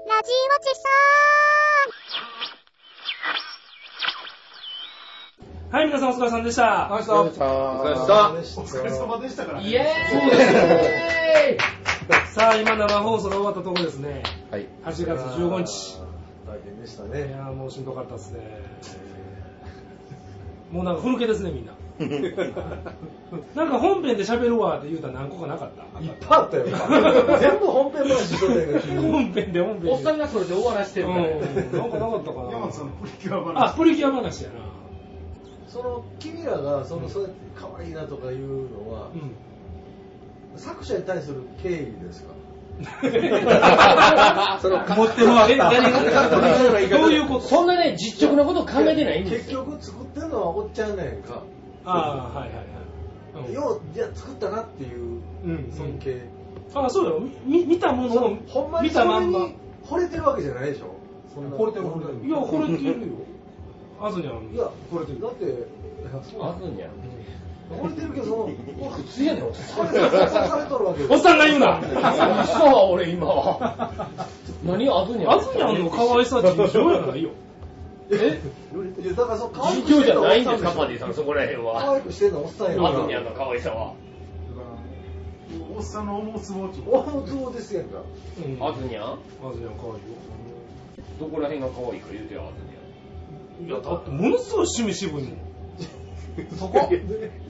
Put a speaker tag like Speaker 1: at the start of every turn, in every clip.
Speaker 1: ちそ
Speaker 2: はい、皆さんお疲れさんでした。
Speaker 3: あそう
Speaker 4: お疲れ様でし
Speaker 5: お疲れ様でしたから、
Speaker 3: イエーイ
Speaker 2: さあ、今生放送が終わったところですね。
Speaker 4: た。はい。
Speaker 2: 8月15日。
Speaker 5: 大変でした
Speaker 2: い
Speaker 5: ね。
Speaker 2: やーもうしんどかったですね。もうなんか古けですね、みんな。なんか本編で喋るわって言うたら何個かなかった。
Speaker 5: いっぱいあったよ。全部本編話しとったんやけど
Speaker 2: 本編で本編で。
Speaker 3: おっさんがそれで終わらして
Speaker 2: う
Speaker 3: る
Speaker 2: ん、
Speaker 3: から。
Speaker 2: なんかなかったか
Speaker 5: 山
Speaker 2: な
Speaker 5: 本さんのプリキュア。
Speaker 2: あ、
Speaker 5: 話。
Speaker 2: プリキュア話やな。
Speaker 5: その、君らが、その、そうやって可愛いなとかいうのは
Speaker 2: う、ん。
Speaker 5: 作者に対する敬意ですか
Speaker 2: 持ってもらった。どういうこと
Speaker 3: そんなね、実直なこと考えてないんで
Speaker 5: 結
Speaker 3: すよ。
Speaker 5: 局作ってるのはおっちゃんなんやんか。
Speaker 2: ああ、はいはいはい。うん
Speaker 5: よう、いや、作ったなっていう
Speaker 2: うん
Speaker 5: 尊敬。
Speaker 2: あそうだよ。み見たものを、
Speaker 5: ほんまに
Speaker 2: 見
Speaker 5: そ
Speaker 2: たま
Speaker 5: れ
Speaker 2: んま。
Speaker 5: に惚れてるわけじゃないでしょそんな
Speaker 4: 惚れてる惚れてる
Speaker 2: いや、これてるよ。あずにゃん。
Speaker 5: い や、
Speaker 2: これてる
Speaker 5: だ。って、いやそう
Speaker 3: あるんや。
Speaker 5: 惚れてるけど、その、
Speaker 3: 普通やねん、おっさ
Speaker 5: そ
Speaker 3: ん
Speaker 5: れ。刺されとるわけ
Speaker 2: おっ
Speaker 5: よ。
Speaker 2: さんが言うな
Speaker 3: 嘘は俺今は。何あずにゃん
Speaker 2: あずにゃんの可愛さ尋常やないよ。
Speaker 3: え
Speaker 5: いや、だから、そう、可愛
Speaker 3: 尋
Speaker 5: くし
Speaker 3: 常じ
Speaker 5: て
Speaker 3: ゃ
Speaker 5: んの
Speaker 3: な
Speaker 5: お
Speaker 3: い
Speaker 5: っ
Speaker 3: ん
Speaker 5: さ
Speaker 3: で
Speaker 5: ん
Speaker 3: す
Speaker 5: でし
Speaker 3: か、
Speaker 5: ょ
Speaker 3: パディさん、そこら辺
Speaker 5: 可
Speaker 3: は。
Speaker 5: 愛くしてんのおっさんや
Speaker 3: あずにゃんの可愛さは。
Speaker 5: おっさんの思うつぼち。思うつぼですやんか。
Speaker 2: うん
Speaker 3: あずにゃん
Speaker 2: あずにゃん可愛いよ。
Speaker 3: どこら辺が可愛いか言うてよ、あずにゃん。
Speaker 2: いや、だってものすごい趣味渋いもん。
Speaker 3: そこ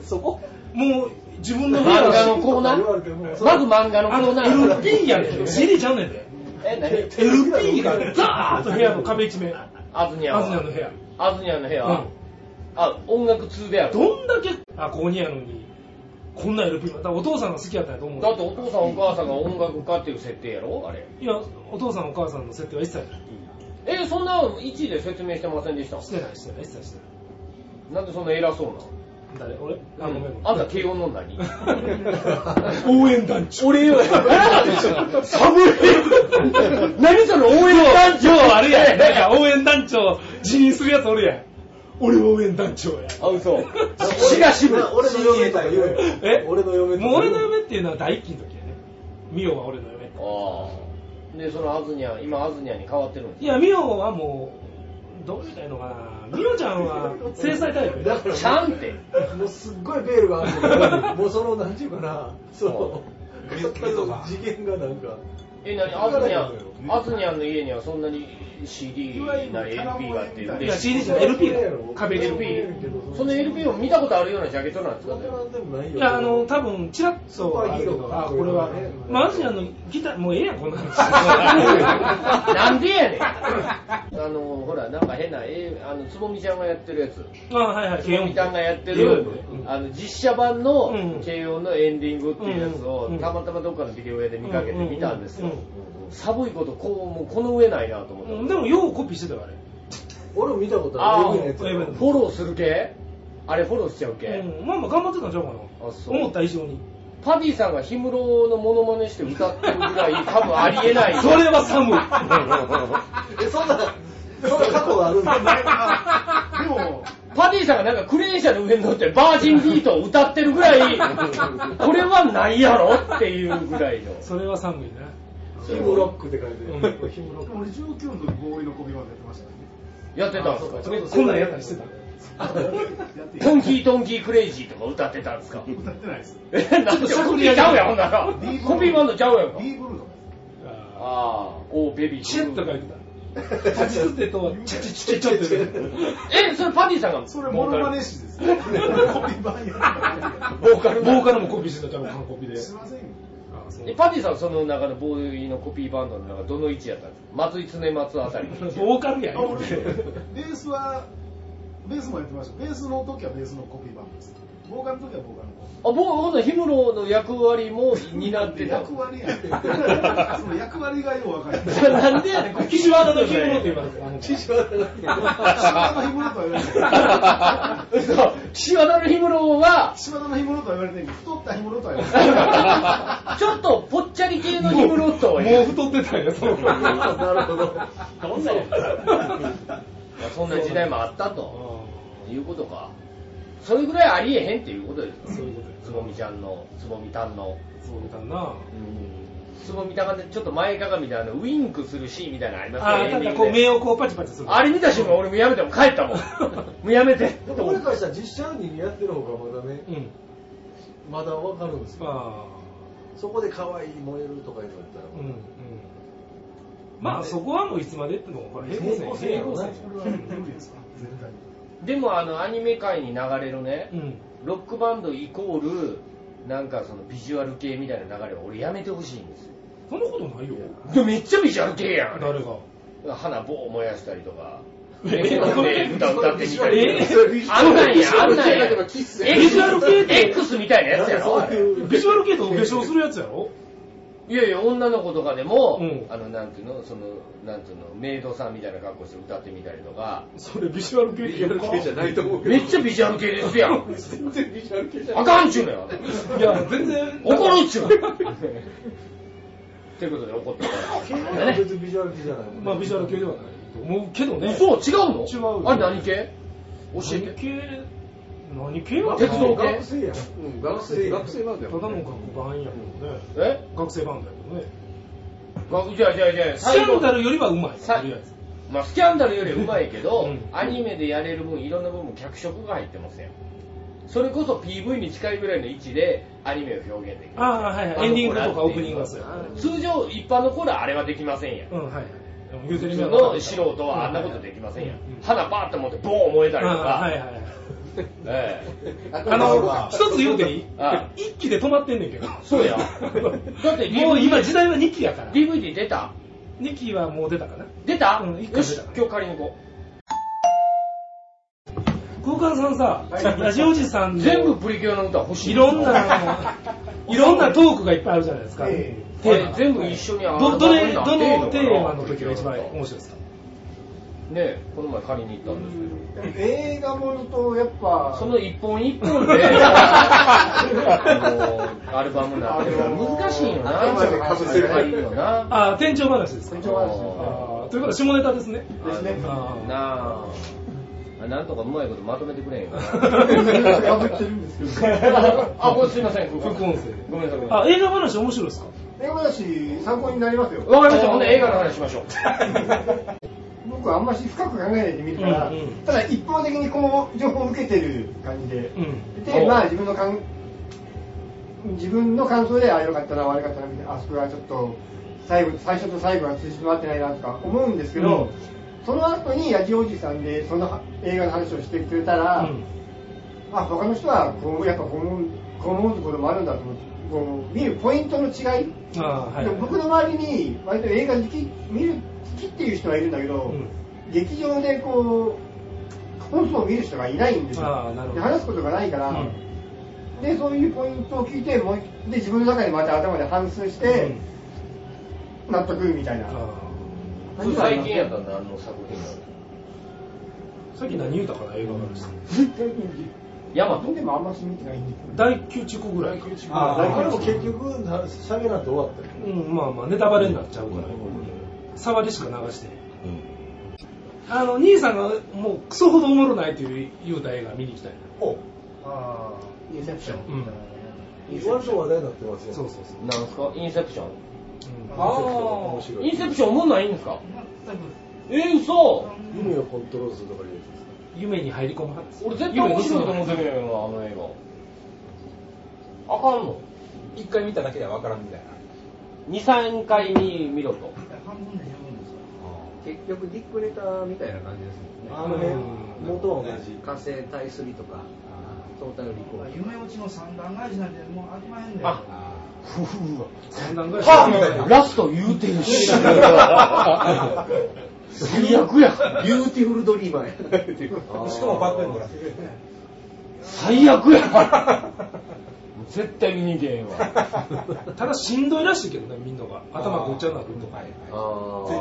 Speaker 5: そこ
Speaker 2: もう、自分の部
Speaker 3: 漫画
Speaker 2: 屋
Speaker 3: のコーナ
Speaker 5: 言われても
Speaker 3: ーまず漫画のコ
Speaker 2: あ
Speaker 3: ー
Speaker 2: の、
Speaker 3: ナー。
Speaker 2: LP やねん。CD ちゃうねんで。
Speaker 3: え、何
Speaker 2: LP がザーッと部屋の壁一面。あ
Speaker 3: あず
Speaker 2: ず
Speaker 3: に
Speaker 2: に
Speaker 3: ゃんは。
Speaker 2: ゃんの部屋。
Speaker 3: あずにゃんの部屋、
Speaker 2: うん
Speaker 3: あ、音楽通である。だ
Speaker 2: どんだけ、あ、ここにやのに、こんな LP またお父さんが好きやったんやと思う。
Speaker 3: ってお父さんお母さんが音楽家っていう設定やろあれ。
Speaker 2: いや、お父さんお母さんの設定は一切ない。
Speaker 3: え、そんな1で説明してませんでした
Speaker 2: してない、してない、一切して
Speaker 3: なんでそんな偉そうなの
Speaker 2: ない。誰俺あ、ごめんごめん。
Speaker 3: あんた慶応の何
Speaker 2: 応援団長。
Speaker 3: 俺よ、寒い何その応援団長あれや
Speaker 2: なんか応援団長辞任するやつおるやん。俺は応援団長や。
Speaker 3: あ、嘘。
Speaker 5: 俺
Speaker 3: 血が渋い。
Speaker 5: 俺の嫁とか言うよ。
Speaker 2: え
Speaker 5: 俺の嫁とか
Speaker 2: もう俺の嫁っていうのは大輝の時やね。ミオは俺の嫁。
Speaker 3: ああ。で、そのあずにゃん、今あずにゃんに変わってるんです
Speaker 2: いや、ミオはもう、どう言うたらいいのかな。ミオちゃんは制裁タイプや
Speaker 5: だ
Speaker 2: ね
Speaker 5: から
Speaker 3: ちゃんって。
Speaker 5: もうすっごいベールがあるから、もうその、なんちゅうかな、その、
Speaker 4: 目とか
Speaker 5: 次元がなんか、
Speaker 3: え、なに、あずにゃん、あずにゃんの家にはそんなに CD なり LP があって、
Speaker 2: い
Speaker 3: で
Speaker 2: や、CD じゃない LP だよ。壁一
Speaker 3: LP
Speaker 2: 面。
Speaker 3: その LP を見たことあるようなジャケットなんです
Speaker 5: そ
Speaker 3: か
Speaker 5: んななんでもないよ。
Speaker 2: いや、あの、多分、チラッとあるけ
Speaker 5: スーパーヒーロー
Speaker 2: ど、
Speaker 5: が
Speaker 2: あ、これは
Speaker 5: これはね、
Speaker 2: まあ、アジアのギター、もうええやん、こんな話。
Speaker 3: なんでや ねん。あの、ほら、なんか変な、えあの、つぼみちゃんがやってるやつ。
Speaker 2: あ、はいはい、
Speaker 3: つぼみちゃんがやって
Speaker 2: ゲー
Speaker 3: る
Speaker 2: ムねうん、
Speaker 3: あの、実写版の
Speaker 2: うん、
Speaker 3: 慶応のエンディングっていうやつ
Speaker 2: うんう
Speaker 3: を
Speaker 2: ん、
Speaker 3: たまたまどっかのビデオ屋で見かけて見たんですよ
Speaker 2: う。
Speaker 3: 寒いこと、こう、もうこの上ないなと思
Speaker 2: うんうん
Speaker 3: っ
Speaker 2: で。
Speaker 3: て
Speaker 2: も、ようコピーしてたよ、あれ。
Speaker 5: 俺も見たこと
Speaker 3: あ
Speaker 5: あ
Speaker 3: あ、
Speaker 5: る
Speaker 3: フ
Speaker 5: よね。
Speaker 3: ォローする系あれフォローしちゃう系
Speaker 2: うん、まあまあ頑張ってたんちゃうか
Speaker 3: あ
Speaker 2: な。
Speaker 3: そう
Speaker 2: 思った以上に。
Speaker 3: パディさんが氷室のモノマネして歌ってるぐらい多分ありえない。
Speaker 2: それは寒
Speaker 5: え、そんな、そんな過去があるんだ。
Speaker 4: でも、
Speaker 3: パディさんがなんかクレーン車の上に乗ってバージンビートを歌ってるぐらい、これはないやろっていうぐらいの。
Speaker 2: い。それは寒いな。
Speaker 5: ヒムロックって書いてる。
Speaker 2: うん
Speaker 5: ヒムロック。
Speaker 4: 俺19の時合意のコピーまでやってましたね。
Speaker 3: やってたんです
Speaker 5: あ
Speaker 3: か
Speaker 5: そうか
Speaker 2: えこんなんやったりしてた。
Speaker 4: やって
Speaker 3: トンキートンキークレイジーとか歌ってたん ですか
Speaker 4: 歌ってないです。
Speaker 3: え、なんでコピーちゃうやん、ほんなら。コピーバンドちゃうやんか。
Speaker 4: ビーブルード。
Speaker 2: あ
Speaker 3: ああ、おベビー。
Speaker 2: ーチェッと書いてた。立ちつってと、チェチェチェチェチェって。
Speaker 3: え、それパディさんが
Speaker 4: それモノマネ師です。コピー版や。
Speaker 2: ボーカル、ボーカルもコピーしてた、多分、完コピで。
Speaker 4: しませんよ。
Speaker 2: あそう
Speaker 3: えパディさんその中のボーイのコピーバンドの中どの位置やったんですか松井常松あたりに
Speaker 2: ボーカルやん。
Speaker 4: あ俺ベースは、ベースもやってました。ベースの時はベースのコピー版です。ボーカルの時はボーカルのコピー版。
Speaker 3: あ僕ほんと氷室の役割も担ってた
Speaker 4: 役割やねん。その役割がようわかる。
Speaker 3: それなんでやねんこれ
Speaker 2: 岸和田の着物って言います。あの
Speaker 4: 島田の干物とは言われてな い。
Speaker 3: 嘘岸和田の氷室 は
Speaker 4: 島田の干物とは言われてないけど太った干物とは言われてな い。
Speaker 3: ちょっとぽっちゃり系の氷室とは
Speaker 2: も
Speaker 3: 言
Speaker 2: う
Speaker 3: う
Speaker 2: 太ってたんや、その頃あ
Speaker 5: なるほど。
Speaker 3: どんなやつまあそんな時代もあったと
Speaker 2: ー
Speaker 3: いうことかそれぐらいありえへんっていうことですか
Speaker 2: そういうことや
Speaker 3: つぼみちゃんのつぼみたんの
Speaker 2: そうだな。
Speaker 3: つぼみたかでちょっと前かがみであのウインクするシーンみたいなのあります
Speaker 2: あ
Speaker 3: エ
Speaker 2: あ、
Speaker 3: ン
Speaker 2: なん
Speaker 3: ディ
Speaker 2: か
Speaker 3: ン
Speaker 2: こ
Speaker 3: グ
Speaker 2: う
Speaker 3: で
Speaker 2: 目をこうパチパチする。
Speaker 3: あれ見た瞬間俺もうやめても帰ったもんも うやめて
Speaker 5: でも俺からしたら実写にやってる方がまだね
Speaker 2: うん。
Speaker 5: まだわかるんですよ
Speaker 2: あ
Speaker 5: そこで可愛い燃えるとか言われたら
Speaker 2: あ、うん、うん。まあそこはもういつまでってのも、これ平行線
Speaker 5: 平行線やろな
Speaker 2: 平
Speaker 4: これは無理ですか絶対に
Speaker 3: でもあのアニメ界に流れるね、
Speaker 2: うん。
Speaker 3: ロックバンドイコールなんかそのビジュアル系みたいな流れは俺やめてほしいんですよ
Speaker 2: そんなことないよ。
Speaker 3: でめっちゃビジュアル系やんあれ
Speaker 2: 誰が。
Speaker 3: 花棒燃やしたりとか
Speaker 2: え
Speaker 3: 歌歌ってみたり
Speaker 2: え
Speaker 3: とかあんなんやあんなんや
Speaker 2: ビジュアル系
Speaker 3: X,
Speaker 2: って
Speaker 3: X みたいなやつやろあれ
Speaker 2: ビジュアル系とお化粧するやつやろ
Speaker 3: いやいや、女の子とかでも、
Speaker 2: うん
Speaker 3: あの、なんていうの、その、なんていうの、メイドさんみたいな格好して歌ってみたりとか、
Speaker 2: それビジュアル系って
Speaker 1: ビジュアル系じゃないと思うけど。
Speaker 3: めっちゃビジュアル系ですやん。
Speaker 1: 全然ビジュアル系じゃない。
Speaker 3: あかんちゅうのよ。
Speaker 2: いや、全然。
Speaker 3: 怒るっちゅうの。ということで怒って
Speaker 5: 慶応
Speaker 3: もら
Speaker 5: は
Speaker 3: うね。
Speaker 5: 別にビジュアル系じゃないもんね
Speaker 2: まあビジュアル系ではないと思うけど ね。
Speaker 3: そう、違うの
Speaker 2: 違うよ
Speaker 3: あれ何系教え
Speaker 2: 何
Speaker 3: て。
Speaker 2: 系何系は
Speaker 3: 鉄道系
Speaker 5: 学生やん
Speaker 1: うん、学生、学生なんだ
Speaker 2: た
Speaker 1: よ。
Speaker 2: だの学版やもんね。
Speaker 3: え
Speaker 2: 学生版だけどね。
Speaker 3: 学じゃあじゃあじゃあ
Speaker 2: スキ
Speaker 3: 最
Speaker 2: ャンダ
Speaker 3: 後。
Speaker 2: ルよりはうまい。
Speaker 3: さ
Speaker 2: とりあえず。
Speaker 3: まあ、スキャンダルよりはうまいけ
Speaker 2: う
Speaker 3: ど、
Speaker 2: ん
Speaker 3: アニメでやれる分いろんな部分脚色が入ってますやんそれこそ PV に近いぐらいの位置でアニメを表現できる
Speaker 2: ああ、はいはい。エンディングとかオープニングはそうや。
Speaker 3: 通常一般の頃はあれはできませんやん
Speaker 2: うん、はいはい。でも言うて
Speaker 3: 普
Speaker 2: る意
Speaker 3: 通
Speaker 2: 味は
Speaker 3: の
Speaker 2: 分
Speaker 3: 素
Speaker 2: かる
Speaker 3: 人はあんなことできませんやん
Speaker 2: うう
Speaker 3: 花バーって持ってボーン燃えたりと
Speaker 2: ああはい
Speaker 3: か
Speaker 2: はいはい。
Speaker 3: ええ
Speaker 2: あの、一つ言うていい
Speaker 3: ああ
Speaker 2: 一期で止まってんねんけど。
Speaker 3: そう やだって
Speaker 2: もう今時代は2期やから。
Speaker 3: DVD 出た
Speaker 2: 2期はもう出たかな。
Speaker 3: 出た、
Speaker 2: うん一回
Speaker 3: よ
Speaker 2: 出
Speaker 3: し
Speaker 2: た
Speaker 3: 今日借りに行こ
Speaker 2: 空間さんさ、ラジオおじさん
Speaker 3: う
Speaker 2: の
Speaker 3: 全部プリキュアの歌欲しい
Speaker 2: いろん な、いろんなトークがいっぱいあるじゃないですか。
Speaker 4: え
Speaker 3: これ
Speaker 2: マ
Speaker 3: 全部一緒にあ
Speaker 2: ど、どれ、ど
Speaker 3: あれな
Speaker 2: の
Speaker 3: んて
Speaker 2: テ
Speaker 3: いう
Speaker 2: ーマ
Speaker 3: かな
Speaker 2: の時が一番面白いですか
Speaker 3: ねこの前借りに行ったんですけど
Speaker 4: 映画ものとやっぱ
Speaker 3: その一本一本 で、あのアルバムになってるから難しいよな、
Speaker 1: あのー
Speaker 3: かぶせる入るよな。
Speaker 2: あ、店長話ですか
Speaker 3: 長話ですね
Speaker 2: あーということは下ネタですね。
Speaker 4: ですね
Speaker 3: あのなああ、なんとかうまいことまとめてくれへ んか
Speaker 4: 被ってるんですけど
Speaker 3: な。あ、ごめんすいません、
Speaker 2: 副音声で。
Speaker 3: ごめんなさい、ごめんな
Speaker 2: あ
Speaker 3: さ、い。
Speaker 2: 映画話面白いですか
Speaker 4: 映画話参考になりますよ
Speaker 3: わかりました、ほんで映画の話しま しょう。
Speaker 4: 僕はあんまし深く考えないで見るから、
Speaker 2: うんうん
Speaker 4: ただ一方的にこの情報を受けてる感じで、
Speaker 2: うん
Speaker 4: でまあ自分の感自分の感想でああ良かったな悪かったなみたいなあそこはちょっと最後最初と最後が通じ合ってないなとか思うんですけど、その後に八木おじさんでその映画の話をしてくれたら、
Speaker 2: うん
Speaker 4: あ他の人はこうやっぱこう思うこう思うところもあるんだと思ってこう見るポイントの違い
Speaker 2: あーはい
Speaker 4: でも僕の周りに割と映画好き見る好きっていう人はいるんだけど、
Speaker 2: うん
Speaker 4: 劇場でこう本数を見る人がいないんです
Speaker 2: あー
Speaker 4: よ
Speaker 2: なるほど
Speaker 4: で話すことがないから、
Speaker 2: う
Speaker 4: でそういうポイントを聞いてもうで自分の中でまた頭で反芻して、納得みたいな、
Speaker 2: あ
Speaker 3: 最近やったんだ、あの作品が。
Speaker 2: ーさっき何言うたかな映画話
Speaker 3: ヤマ
Speaker 4: で
Speaker 3: ト。
Speaker 4: もあんまし見てないんで
Speaker 2: 第9地区ぐらい
Speaker 5: あ
Speaker 4: 大
Speaker 5: ー
Speaker 4: 体
Speaker 5: あれも結局なしゃべなんて終わったよ
Speaker 2: うんまあまあネタバレになっちゃうから、触りしか流して、あの兄さんがもうクソほどおもろないっていう言うた映画見に行きたいな
Speaker 5: お
Speaker 4: ああインセプションみたいなね
Speaker 5: 割と話題になってますよ
Speaker 2: そうそうそ
Speaker 3: なんすかインセプション。
Speaker 2: う、
Speaker 5: あー面白い
Speaker 3: インセプションおもんないんですかえ、嘘。
Speaker 5: 夢をコントロールするとかいうやつです
Speaker 2: うん夢に入り込む話
Speaker 3: 俺絶対面白いと思ってるよな、あの映画。あかんの
Speaker 6: 一回見ただけでは分からんみたいな。
Speaker 3: ?2、3回に見ろと。
Speaker 7: 結局ディックネタみたいな感じですもんね
Speaker 5: あの辺
Speaker 2: うん
Speaker 5: 元は同じ
Speaker 7: 火星対3とかトータルリコール
Speaker 8: 夢落ちの三段返しなんてもうあきまへんで。
Speaker 3: あ
Speaker 2: 三段階
Speaker 3: はラスト言うてる し。最悪や。
Speaker 7: ビューティフルドリーマーや
Speaker 6: しかもバックエンドらしい。
Speaker 3: 最悪や。 絶対見に行けへんわ。
Speaker 2: ただしんどいらしいけどねみんなが頭ごっちゃになると
Speaker 6: はいはい。
Speaker 3: あー
Speaker 6: ついて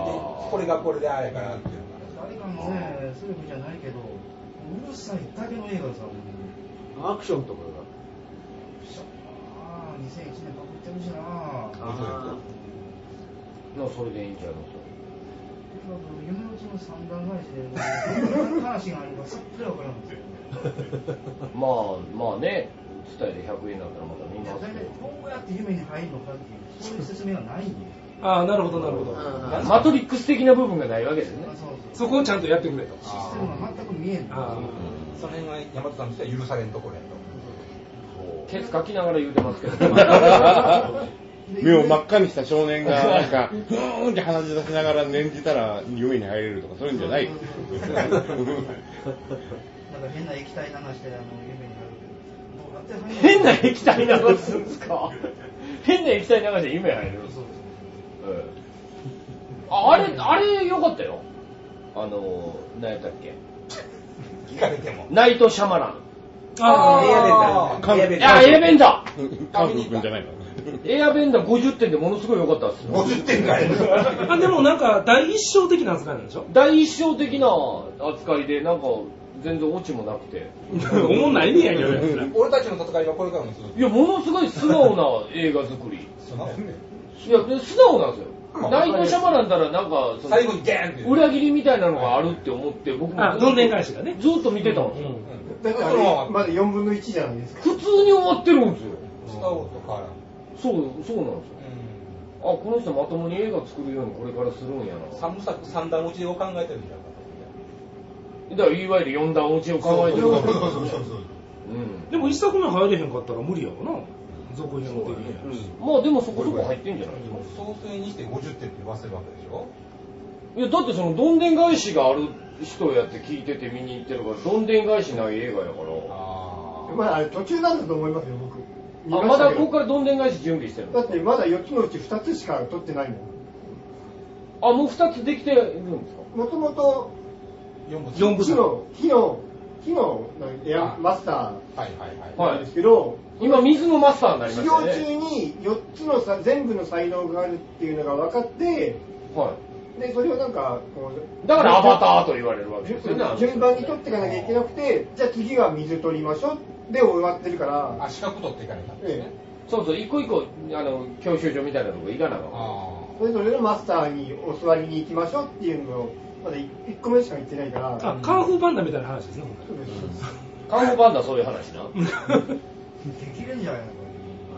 Speaker 6: これがこれであれからっていうのが。
Speaker 8: 誰かのね、セレブじゃないけど、うるさいだけの映画さ、もう
Speaker 5: アクションとか
Speaker 8: ああ、2001年パクってるしな。とにか
Speaker 3: なそれでいいんちゃうの
Speaker 8: く夢落ちの三段返しで、 もうどんな話があるかさっぱりわからんですよ。
Speaker 3: まあ、まあね、ツタヤで100円だったらまた見
Speaker 8: いや
Speaker 3: ます
Speaker 8: 大
Speaker 3: け
Speaker 8: 体
Speaker 3: ど
Speaker 8: どうやって夢に入るのかっていうそういう説明はないんで
Speaker 2: ああ、なるほど、なるほど。
Speaker 3: マトリックス的な部分がないわけですね
Speaker 8: そうそう
Speaker 2: そこをちゃんとやってくれと。
Speaker 8: システムが全く見えない
Speaker 2: あ
Speaker 6: その辺は山田さんとしては許されんところやと。
Speaker 3: ケツ書きながら言うてますけど
Speaker 9: 目を真っ赤にした少年が、なんか、うーんって鼻血出しながら念じたら夢に入れるとか、そういうんじゃない。
Speaker 8: なんか変な液体流してあの夢になるけどどうやって入るの
Speaker 3: 変な液体流すんですか 変な液体流して夢入るんですかええああれあれよかったよあの何やったっけ
Speaker 6: 聞かれても。
Speaker 3: ナイトシャマラン
Speaker 2: あ。ああ。
Speaker 9: 韓
Speaker 3: いやエアベンダー
Speaker 9: 韓国君じゃないの
Speaker 3: エアベンダー50点でものすごい良かったっすよ
Speaker 6: 50点かよ。
Speaker 2: あ、でもなんか、第一章的な扱いなんでし ょ
Speaker 3: 第一章的な扱いでなんか全然オチもなくて
Speaker 2: おもんないねんやけど、やつら。
Speaker 6: 俺たちの戦いはこれからも続
Speaker 3: いやものすごい素直な映画作り
Speaker 6: く。そんなもんね
Speaker 3: いやで素直なんですよナイトシャマランたらなんかその
Speaker 6: 最後にギャーンって。
Speaker 3: 裏切りみたいなのがあるって思って僕も
Speaker 2: あ、どんでん返しがね。
Speaker 3: ずっと見てたんですよ、
Speaker 4: だからあれまだ4分の1じゃないですか。
Speaker 3: 普通に終わってるんですよ
Speaker 6: スターウォーズと変わらん。
Speaker 3: そうそうなんですよあこの人まともに映画作るようにこれからするんやな
Speaker 6: 三作三段落ちを考えてるんじゃな
Speaker 3: だ
Speaker 6: か
Speaker 3: からいわゆる四段落ちを考えてるからうん
Speaker 2: でも一作目入れへんかったら無理やわな。続編的に。
Speaker 3: まあでもそこそこ入ってんじゃないですか
Speaker 6: 総帥にして50点って言わせるわけでしょ
Speaker 3: いやだってそのどんでん返しがある人やって聞いてて見に行ってるからどんでん返しない映画やから
Speaker 6: あ
Speaker 4: まだあれ途中なんだと思いますよ、僕。
Speaker 3: あ
Speaker 4: 見
Speaker 3: ま
Speaker 4: し
Speaker 3: だこ
Speaker 4: たけど
Speaker 3: こからどんでん返し準備してる
Speaker 4: だってまだ4つのうち2つしか取ってないもん。
Speaker 3: あもう2つできてるんですか
Speaker 4: もともと、
Speaker 6: 4部
Speaker 2: 四部
Speaker 4: 火
Speaker 2: 作。
Speaker 4: の、火の、火のエアマスタ
Speaker 6: はいはいはい
Speaker 4: ーなんですけど、
Speaker 3: 今水のマスターになりま
Speaker 4: 修
Speaker 3: したよ
Speaker 4: 行中
Speaker 3: ね
Speaker 4: に4つのさ全部の才能があるっていうのが分かって、
Speaker 3: は
Speaker 4: で、それをなんか、こう
Speaker 3: いだからアバターと言われるわけですよねあの
Speaker 4: 順順番に取っていかなきゃいけなくて、じゃあ次は水取りましょうで終わってるから、
Speaker 6: あ資格取っていかれたんです
Speaker 4: え
Speaker 6: ね
Speaker 3: そうそう一個一個あの教習所みたいなとこ行かなあかんわ
Speaker 6: あ
Speaker 4: えそれぞれのマスターにお座りに行きましょうっていうのを、まだ1個目しか言ってないから、
Speaker 2: あ、カンフーパンダみたいな話ですね、ほんなら
Speaker 4: そうです
Speaker 3: 看護パンダそういう話 な
Speaker 8: 激レンジャーやなこ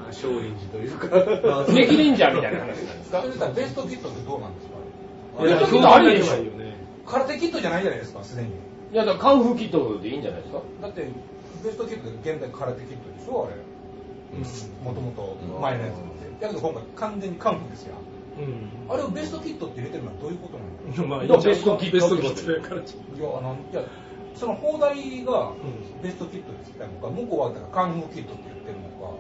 Speaker 1: まあ、少林寺というか。
Speaker 3: ネキレンジャーみたいな話なんです
Speaker 6: あそれでさベストキットってどうなんですか
Speaker 2: いや、
Speaker 3: ちょっ
Speaker 2: そん
Speaker 3: と
Speaker 2: な
Speaker 3: あ
Speaker 2: あり
Speaker 3: り
Speaker 2: え
Speaker 3: でし
Speaker 2: な
Speaker 3: ょ
Speaker 2: いよね。
Speaker 6: 空手キットじゃないじゃないですかすでに
Speaker 3: いやだからカンフーキットでいいんじゃないですか
Speaker 6: だってベストキットって現代空手キットでしょあれもともと前のやつなんでだけど今回完全にカンフーですよ
Speaker 2: うん。
Speaker 6: あれをベストキットって入れてるのはどういうことなの
Speaker 2: まあ、
Speaker 3: だからベストキット
Speaker 2: ベストキットやから。
Speaker 6: いや、あの、いや、その放題が
Speaker 2: ん
Speaker 6: ベストキットで作ったのか、向こうはだからカンフーキットって言ってるのか、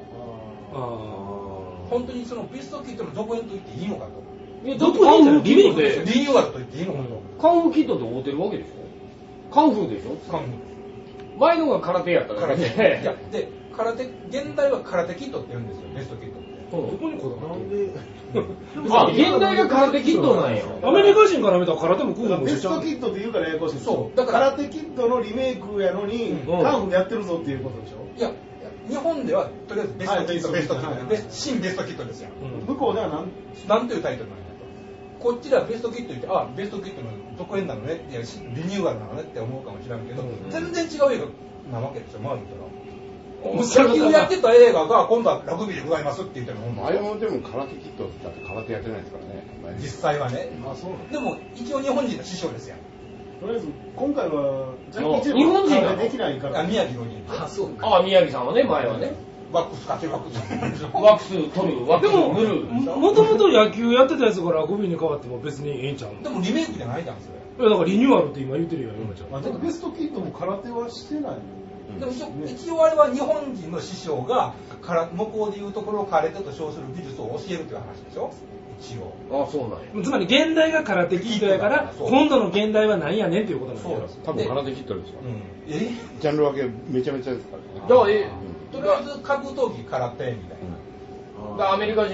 Speaker 2: あ
Speaker 6: 本当にそのベストキットの続編と言っていいのかと。
Speaker 3: いやだっ
Speaker 2: ど
Speaker 3: て
Speaker 2: こ
Speaker 3: カ
Speaker 2: に
Speaker 3: ン
Speaker 2: いたの
Speaker 3: フーキットで
Speaker 6: リニューアルと言っていいのかと。
Speaker 3: カンフーキットで覆ってるわけでしょカンフーでしょ
Speaker 6: カンフ
Speaker 3: 前のが空手やった
Speaker 6: ー。
Speaker 3: だけ
Speaker 6: 空手。 いや
Speaker 3: で、
Speaker 6: で、空手、現代は空手キットって言うんですよ、ベストキットって。
Speaker 2: あ。どこにこだわってんの
Speaker 3: あ、現代が空手キットなんや。
Speaker 2: アメリカ人から見たら空手も空
Speaker 5: だ
Speaker 2: 手
Speaker 5: から
Speaker 2: も
Speaker 5: ベ
Speaker 2: 一
Speaker 5: ス
Speaker 2: 緒
Speaker 5: トキ
Speaker 2: じ
Speaker 5: ットって言うからややこしい
Speaker 6: そうだ
Speaker 5: だか
Speaker 6: か
Speaker 5: らら空手キットのリメイクやのに、
Speaker 3: うん
Speaker 5: カンフーやってるぞっていうことでしょ、
Speaker 6: いや、いや日本ではとりあえずベストキット、
Speaker 5: はい
Speaker 6: ベストキット、
Speaker 5: はい
Speaker 6: ベス新ベストキットですよ。
Speaker 2: ゃん。
Speaker 5: 向こうではなん
Speaker 6: なんというタイトルなんやと。こっちではベストキット言って、あ、ベストキットの続編なのね、いや、しリニューアルなのねって思うかもしれんけど、全然違う映画なわけですよ、まあ言った
Speaker 2: 面
Speaker 6: ら。
Speaker 2: 白
Speaker 6: 野
Speaker 2: い
Speaker 6: 球やってた映画が今度はラグビーでございますって言ってるの、ほんま
Speaker 9: あれもでも空手キットだって空手やってないですからね。
Speaker 6: 実際はね。
Speaker 5: あそうなの
Speaker 6: でも、一応日本人の師匠ですやん。
Speaker 5: とりあえず今回はジャッキーチェン
Speaker 3: 日本人なの
Speaker 5: はできないから
Speaker 6: あ宮城 の人。
Speaker 1: あ、そうか。
Speaker 3: あ、宮城さんはね、前はね。
Speaker 6: ワックスかけワックス。
Speaker 3: ワッ クス取る、ワック
Speaker 2: で
Speaker 3: ス
Speaker 2: も、
Speaker 3: 塗る。
Speaker 2: もともと野球やってたやつからラグビーに変わっても別にええんちゃうの
Speaker 6: でもリメイクじゃないじゃん、それ。
Speaker 2: いやだからリニューアルって今言ってるやん、今ちゃん。
Speaker 5: まあでもベストキットも空手はしてないよ
Speaker 6: でも一応一応あれは日本人の師匠がから向こうでいうところを空手と称する技術を教えるという話でしょ一応
Speaker 3: あ、そうなんや。
Speaker 2: つまり現代が空手キットやから、
Speaker 6: そう
Speaker 2: 今度の現代は何やねんっていうことなんだよ。
Speaker 9: 多分空手キットですよ
Speaker 6: う。んえ
Speaker 9: ジャンル分けめちゃめちゃですからね。
Speaker 3: だから、え、
Speaker 6: とりあえず格闘技空手みたいな、
Speaker 3: だからアメリカ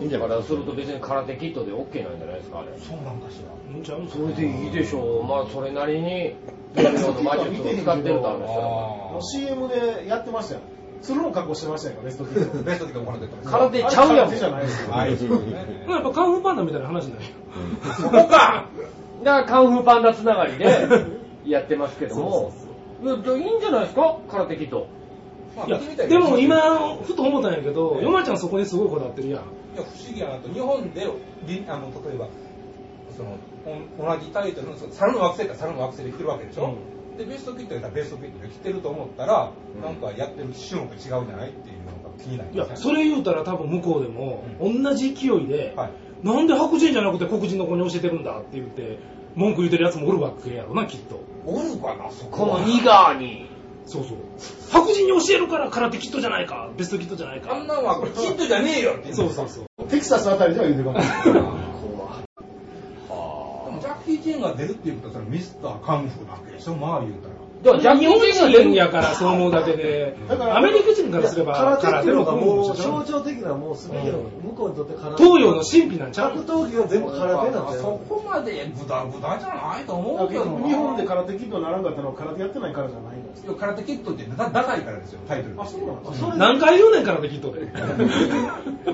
Speaker 3: 人からすると別に空手キットで OK なんじゃないですか、あれ。
Speaker 6: そうなんかしら
Speaker 2: うんちゃう
Speaker 3: それでいいでしょう。まあ、それなりに、やるような魔術を使ってるとあるんですよ。
Speaker 6: あ
Speaker 5: CM でやってましたよ鶴の格好してましたよベストキッ
Speaker 6: ー
Speaker 5: ト
Speaker 6: ベストで行ってた
Speaker 3: 空手ちゃうや
Speaker 5: 空
Speaker 3: ん
Speaker 5: 手。じゃないですよ
Speaker 6: ああいうことね
Speaker 2: まあやっぱカンフーパンダみたいな話になるよ。
Speaker 3: そこか だからカンフーパンダつな がりでやってますけども、いやいいんじゃないですか空手キット。
Speaker 6: まあ
Speaker 2: いや
Speaker 6: 見てみたい
Speaker 2: でも今ふと思ったんやけどヨマちゃんそこにすごいこだわってるやん
Speaker 6: いや不思議やなと日本でりあの例えばそのお同じタイトルのその猿の惑星か猿の惑星で来てるわけでしょ、でベストキットやったらベストキットで来てると思ったら、なんかやってる種目違うじゃないっていうのが気になり
Speaker 2: い
Speaker 6: ません
Speaker 2: やそれ言うたら多分向こうでも同じ勢いで、
Speaker 6: はい
Speaker 2: なんで白人じゃなくて黒人の子に教えてるんだって言って文句言ってるやつもおるわけやろなきっと
Speaker 6: おるかなそこ
Speaker 3: このニガーに。
Speaker 2: そうそう白人に教えるから空手キットじゃないかベストキットじゃないか
Speaker 6: あんなんはこれキットじゃねえよって言
Speaker 2: そうそうそう
Speaker 7: テキサスあたりでは言うてるかも しれない。
Speaker 6: でもジャッキー・チェンが出るっていうことはそれミスターカンフーなわけでしょまあ言うたら
Speaker 3: だからジャッキ
Speaker 2: 日
Speaker 3: ー・
Speaker 2: 本
Speaker 3: チェン
Speaker 2: 人
Speaker 3: が
Speaker 2: が出
Speaker 3: 出
Speaker 2: る
Speaker 3: る
Speaker 2: ん
Speaker 3: ん
Speaker 2: や
Speaker 3: や
Speaker 2: からそう思うだけでアメリカ人からすれば
Speaker 5: 空手っていうのがもう
Speaker 2: 空手の
Speaker 5: 象
Speaker 2: 方
Speaker 5: 徴的なもう全ての向こうにとって空手
Speaker 2: 東洋の神秘なんちゃ
Speaker 5: 格
Speaker 2: う
Speaker 5: 闘技は全部空手なん
Speaker 6: あ
Speaker 5: だ
Speaker 6: そ
Speaker 5: よ
Speaker 6: こまでグダグダじゃないと思うけどな
Speaker 10: 日本で空手キッドにならんかったのは空手やってないからじゃないの
Speaker 6: いや空手キットってだ高いからですよタイトル
Speaker 10: あそうなの
Speaker 5: それ
Speaker 2: 何回言うねん空手キット で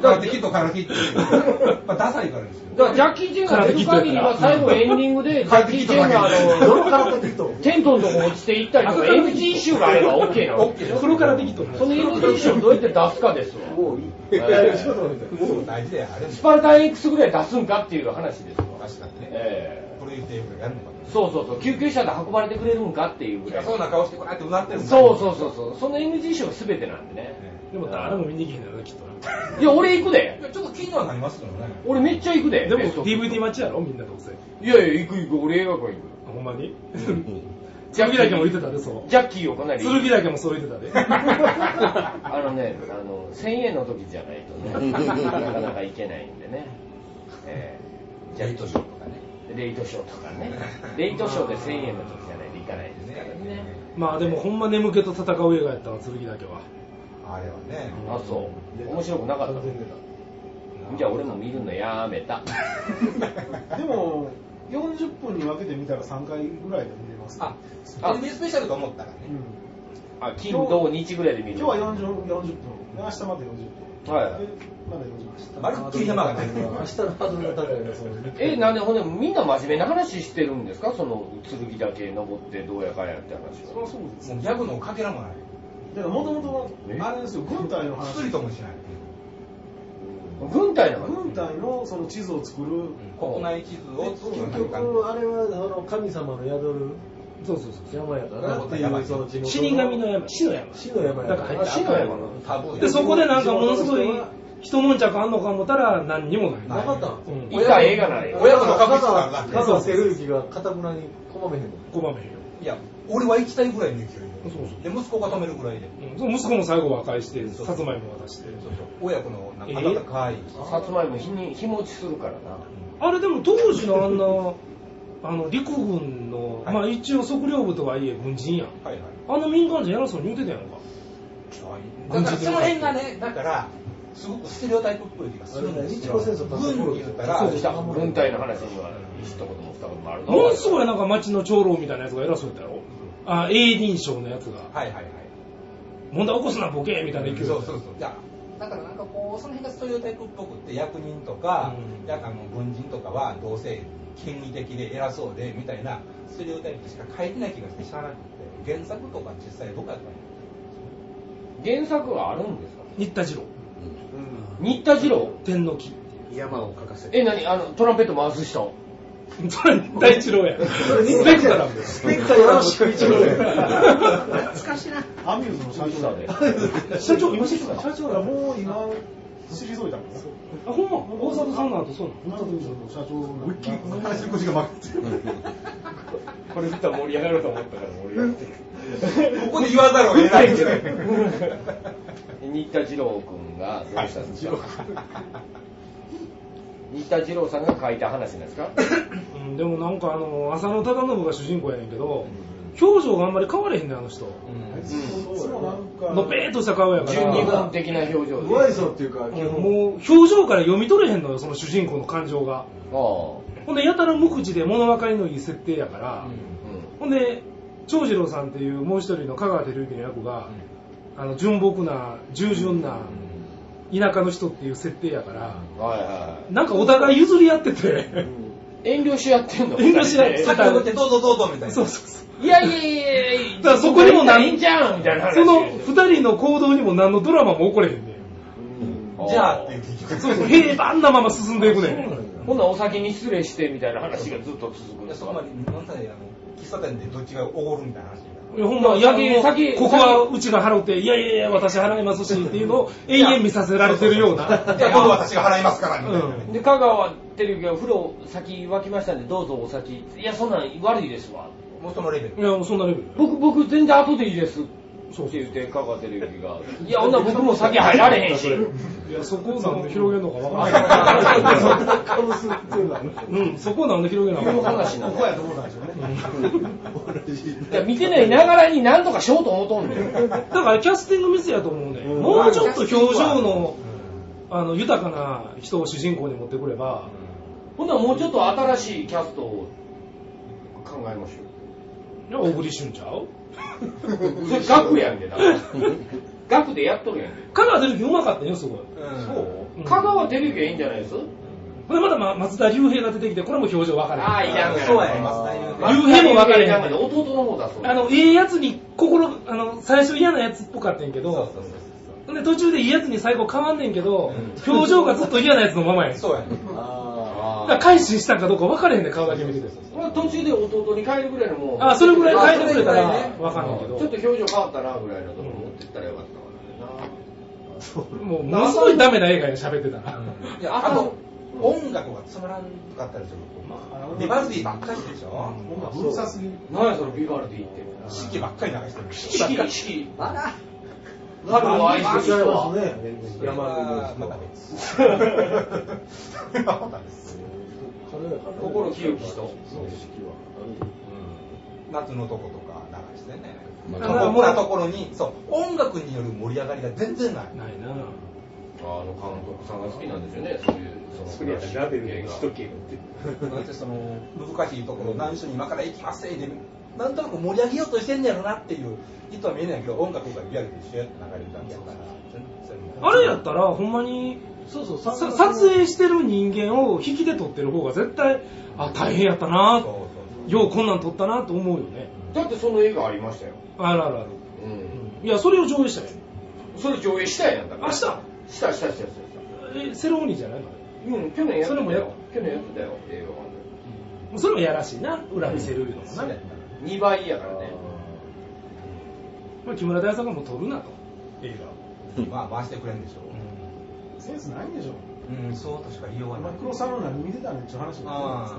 Speaker 6: 空手キット空手キットってまあダサいからですよ
Speaker 3: だからジャッキー・チェンが出る限りは最後エンディングでジャッキー・チェンがあ
Speaker 5: どの
Speaker 3: の、
Speaker 5: 空手と
Speaker 3: テントのとこ落ちていったりとか、NG 集があれば OK なの。
Speaker 2: 黒空手キットなん
Speaker 3: その NG 集をどうやって出すかですわ。
Speaker 5: いやいやちょっと待って
Speaker 6: そう大事だよあれも
Speaker 3: スパルタ X ぐらい出すんかっていう話ですわ。
Speaker 6: 確かにね
Speaker 3: え
Speaker 6: プロユーテーブルやるのか
Speaker 3: えそうそうそう、救急車で運ばれてくれるんかっていうぐ
Speaker 6: な
Speaker 3: らい。
Speaker 6: そうな顔してこうやってうなってる
Speaker 3: そう
Speaker 6: う
Speaker 3: そうそうそう、その NG 集が全てなんでね。
Speaker 2: でも誰も見に行けへんやろなきっと
Speaker 3: いや、俺行くで。
Speaker 6: ちょっと気にはなりますけどね
Speaker 3: 俺めっちゃ行くで。
Speaker 2: で
Speaker 3: ベスト
Speaker 2: も DVD 待ちやろみんなどうせ
Speaker 3: いやいや、行く行く、俺映画館行く。
Speaker 2: ほんまに
Speaker 3: ジャッ
Speaker 2: 剣
Speaker 3: キ
Speaker 2: だけも
Speaker 3: ー
Speaker 2: 言ってたでそう
Speaker 3: ジャッキーをかなり。
Speaker 2: 剣だけもそう言ってたで
Speaker 3: あのね、あの、1000円の時じゃないとね、なかなか行けないんでね。えー、ジャッキー
Speaker 6: とかね
Speaker 3: レイトショーとかね。レイトショーで1000円の時じゃないと行かないですからね。
Speaker 2: まあでもほんま眠気と戦う映画やったわ剣だけは
Speaker 6: あれはね
Speaker 3: あ、そう。面白くなかったの。じゃあ俺も見るのやめた。
Speaker 10: でも40分に分けて見たら3回ぐらいで見れます、
Speaker 6: ああスペシャルと思ったらね
Speaker 10: うん
Speaker 3: あ、金、土、日ぐらいで見る。
Speaker 10: 今日は 40, 40分明日まで40分
Speaker 3: はい
Speaker 10: でまだ40分
Speaker 6: まるっきり山が出てくる
Speaker 5: 明日のハードルが高いなその
Speaker 3: え、なんでほんで、みんな真面目な話してるんですかその、剣だけ登ってどうやかんやって話
Speaker 10: そり
Speaker 3: を。
Speaker 10: ゃそうです
Speaker 6: もうギャグのかけらもない
Speaker 10: だからもとも
Speaker 3: え
Speaker 10: とあれですよ軍隊の話
Speaker 6: 薬ともしない
Speaker 3: 軍隊の話。
Speaker 10: 軍隊のその地図を作る
Speaker 6: 国内地図を作る
Speaker 5: 結
Speaker 6: とか
Speaker 5: 局あれはその神様の宿る
Speaker 2: そうそうそ
Speaker 5: 山やからっていうその地元
Speaker 2: う死神の山死の山
Speaker 5: 死の山や
Speaker 2: だから入った
Speaker 3: あ死の山なの
Speaker 6: タブーや
Speaker 2: でそこでなんかものすごい一悶着あんのか思ったら何にもない
Speaker 5: なかったの
Speaker 2: うん
Speaker 3: 行った映画ないよ。
Speaker 6: 親子の確率が上が
Speaker 5: だ
Speaker 6: る
Speaker 5: から瀬古之がかたくなに拒めへんの
Speaker 2: 拒めへんよ
Speaker 6: いや俺は行きたいぐらいの勢い
Speaker 2: そうそう
Speaker 6: でで息子が止めるぐらいで
Speaker 2: うんそう息子も最後和解して
Speaker 6: そう
Speaker 2: さつまいも渡して
Speaker 6: 親子のなんか温かい
Speaker 3: さつまいも日に日持ちするからな。
Speaker 2: あれでも当時のあんなあの陸軍の、
Speaker 6: はい
Speaker 2: まあ一応測量部とはいえ軍人やん
Speaker 6: はいはい
Speaker 2: あの民間人偉そうに言うてたやんか
Speaker 6: だからその辺がね、だから、すごくステレオタイプっぽい気がするんですよ。
Speaker 5: 日朝戦争だった
Speaker 6: 軍に言ったら、
Speaker 3: そう
Speaker 6: そ
Speaker 3: で
Speaker 6: う
Speaker 3: した。軍隊の話には一言も二言もある
Speaker 2: ものすごい
Speaker 3: な。
Speaker 2: なんか町の長老みたいなやつが偉そうやったやろあ栄林賞のやつが
Speaker 6: はいはいはい。
Speaker 2: 問題起こすなボケみたいな勢い
Speaker 6: そうそうそう。いやだからなんかこう、その辺がステレオタイプっぽくって、役人とか、
Speaker 2: うん
Speaker 6: なんかあの軍人とかは、どうせ権威的で偉そうで、みたいな、ステレオタイプしか書いてない気がしてしゃあなくて、原作とか実際僕はやっぱり
Speaker 3: 原作はあるんですか
Speaker 2: 新田次郎
Speaker 3: 新田次郎
Speaker 2: 天の木
Speaker 7: 山を描かせて。
Speaker 3: え、何あの、トランペット回す人。
Speaker 2: それ新田一郎やスペクトラムです
Speaker 5: スペクターよろしく一郎や
Speaker 10: アミューズの社長
Speaker 3: で。
Speaker 2: 社長今社長
Speaker 10: 社長がもう今退いたもんね
Speaker 2: あほんま大里さんの後 そうなの
Speaker 10: アミューズの社長なんか
Speaker 3: これ見たら盛り上がると思ったから盛り上がって。
Speaker 6: ここで言わざるを得ないんじゃない
Speaker 3: 新田次郎君がどうしたんですか新田次郎さんが書いた話なんですか
Speaker 2: うん、でもなんかあの浅野忠信が主人公やねんけど、表情があんまり変われへんねんあの人
Speaker 10: いつもなんか
Speaker 2: のぺーっとした顔やから
Speaker 3: 12分的な表情で。
Speaker 5: 無愛想っていうか
Speaker 2: うん
Speaker 5: 基本
Speaker 2: もう表情から読み取れへんのよその主人公の感情が
Speaker 3: あ
Speaker 2: ほんでやたら無口で物分かりのいい設定やから、
Speaker 3: あ。う
Speaker 2: ほんで長次郎さんっていうもう一人の香川照之の役が、あの純朴な従順な田舎の人っていう設定やから、
Speaker 3: ん。はいはい。
Speaker 2: なんかお互い譲り合ってて、
Speaker 3: 遠慮し合ってんの
Speaker 2: 遠慮し合って
Speaker 3: 二人で
Speaker 6: 酒をってどうぞどうぞみたいな。
Speaker 2: そうそうそう
Speaker 3: いやいやいやいや
Speaker 2: だからそこにもな
Speaker 3: な
Speaker 2: い
Speaker 3: んじゃんみたいな話
Speaker 2: その二人の行動にも何のドラマも起これへんねん
Speaker 6: じゃあって結局。
Speaker 2: そうそう平凡なまま進んでいくねん
Speaker 3: ほなお先に失礼してみたいな話がずっと続くん
Speaker 6: い
Speaker 3: で
Speaker 6: や
Speaker 3: す
Speaker 6: そこまで何歳あの喫茶店でどっちがおごるみたいな話
Speaker 2: いやほんま、
Speaker 3: だから
Speaker 2: いや
Speaker 3: 先先
Speaker 2: ここはうちが払うて、いやいやいや、私払いますしっていうのを永遠見させられてるような。
Speaker 6: いや僕は私が払いますからみたいな、
Speaker 3: で香川照之が風呂先沸きましたんでどうぞお先いやそんなん悪いですわ
Speaker 6: もうそのレベル
Speaker 2: いや、もうそんなレベル。
Speaker 3: 僕僕全然後でいいですそうって言って香川照之がいやほんなら僕も先入られへんし
Speaker 2: いや、そこをなんで広げるのかわからない。うん、そこをなんで広げるのか
Speaker 3: いう
Speaker 2: わからない。
Speaker 3: 話な
Speaker 10: こ
Speaker 3: ん
Speaker 10: こ
Speaker 3: だ
Speaker 10: やと思ったんでしょうね。
Speaker 3: いや見てないながらになんとかしようと思うとんね
Speaker 2: だ
Speaker 3: ん
Speaker 2: からキャスティングミスやと思うね。もうちょっと表情の、あの、豊かな人を主人公に持ってくれば、
Speaker 3: ほんならもうちょっと新しいキャストを考えまし
Speaker 2: いや、小栗旬ちゃう
Speaker 3: ょうそれ額やんけだ から額でやっとるやんけ
Speaker 2: 香川照之うまかったよ、すごい。
Speaker 3: そう香川照之がいいんじゃないです
Speaker 2: これまだま松田龍平が出てきて、これも表情分かれへん
Speaker 3: ああいらんから
Speaker 6: そうやりますね
Speaker 2: 言うへんも分かれへん
Speaker 3: 松田龍平なんか弟の方だそう
Speaker 2: あの、ええやつに心、あの、最初嫌なやつっぽかったんやけ
Speaker 6: そう
Speaker 2: ど、
Speaker 6: そうそう
Speaker 2: で途中でいいやつに最後変わんねんけど、表情がずっと嫌なやつのままやん。
Speaker 6: そうそうやね
Speaker 2: だから改心したんかどうか分からへんねん、顔だけ見てて。
Speaker 3: 俺は途中で弟に変えるぐらいのもう
Speaker 2: あ、それぐらい変えてくれたら
Speaker 6: あそれぐらいね
Speaker 2: 分かんないけ
Speaker 3: ちょ
Speaker 2: ど
Speaker 3: っと、表情変わったなぐらいのとこ持ってったらよかったかな
Speaker 2: もう、ものすごいダメな映画に喋ってたら。
Speaker 6: いやあと音楽がつまらんかったりするビバルディばっかりでしょ
Speaker 10: ほんま、うるさすぎる。
Speaker 3: 何やそのビバルディって
Speaker 6: 四季ばっかり流してるでしょ
Speaker 3: 四季四季春を愛してる人は
Speaker 6: 山また別また別
Speaker 3: 心清き人
Speaker 6: 夏のとことか流してね
Speaker 9: まあ
Speaker 6: 過酷なところにそう音楽による盛り上がりが全然ない
Speaker 2: ないなぁ。
Speaker 3: あの監督さんが好きなんですよねそういうその
Speaker 1: それやったらラベルのしとけよって。
Speaker 6: だってその難しいところ何所に今から行きますでなんとなく盛り上げようとしてんねやろなっていう意図は見えないけど音楽がリアルで一緒やって流れるだけやから
Speaker 2: あれやったら、ほんまに、
Speaker 5: そうそう、
Speaker 2: さ
Speaker 5: さ
Speaker 2: 撮影してる人間を引きで撮ってる方が絶対、あ、大変やったな
Speaker 6: そう
Speaker 2: ぁ。
Speaker 6: そう
Speaker 2: ようこんなん撮ったなと思うよね。
Speaker 3: だってその映画ありましたよ
Speaker 2: あるあるある。
Speaker 3: うん
Speaker 2: いや、それを上映したよ。
Speaker 3: それ上映したやんだから
Speaker 2: あした
Speaker 3: したしたしたしたし
Speaker 2: え、セローニじゃないの
Speaker 3: たうん去年やって
Speaker 2: それも
Speaker 3: た
Speaker 2: や
Speaker 3: よ去年やってたよ映画館で
Speaker 2: それもやらしいな、裏見せるいうのもな。
Speaker 3: 2倍やからね
Speaker 2: まあ、木村大作も撮るなと、映画を。
Speaker 6: そうまあ回してくれんでしょ
Speaker 10: センスないんでしょう。
Speaker 6: ううんそうとしか言いようがな
Speaker 10: マ
Speaker 6: い
Speaker 10: クロさんの何見てたねっていう話も。
Speaker 6: あ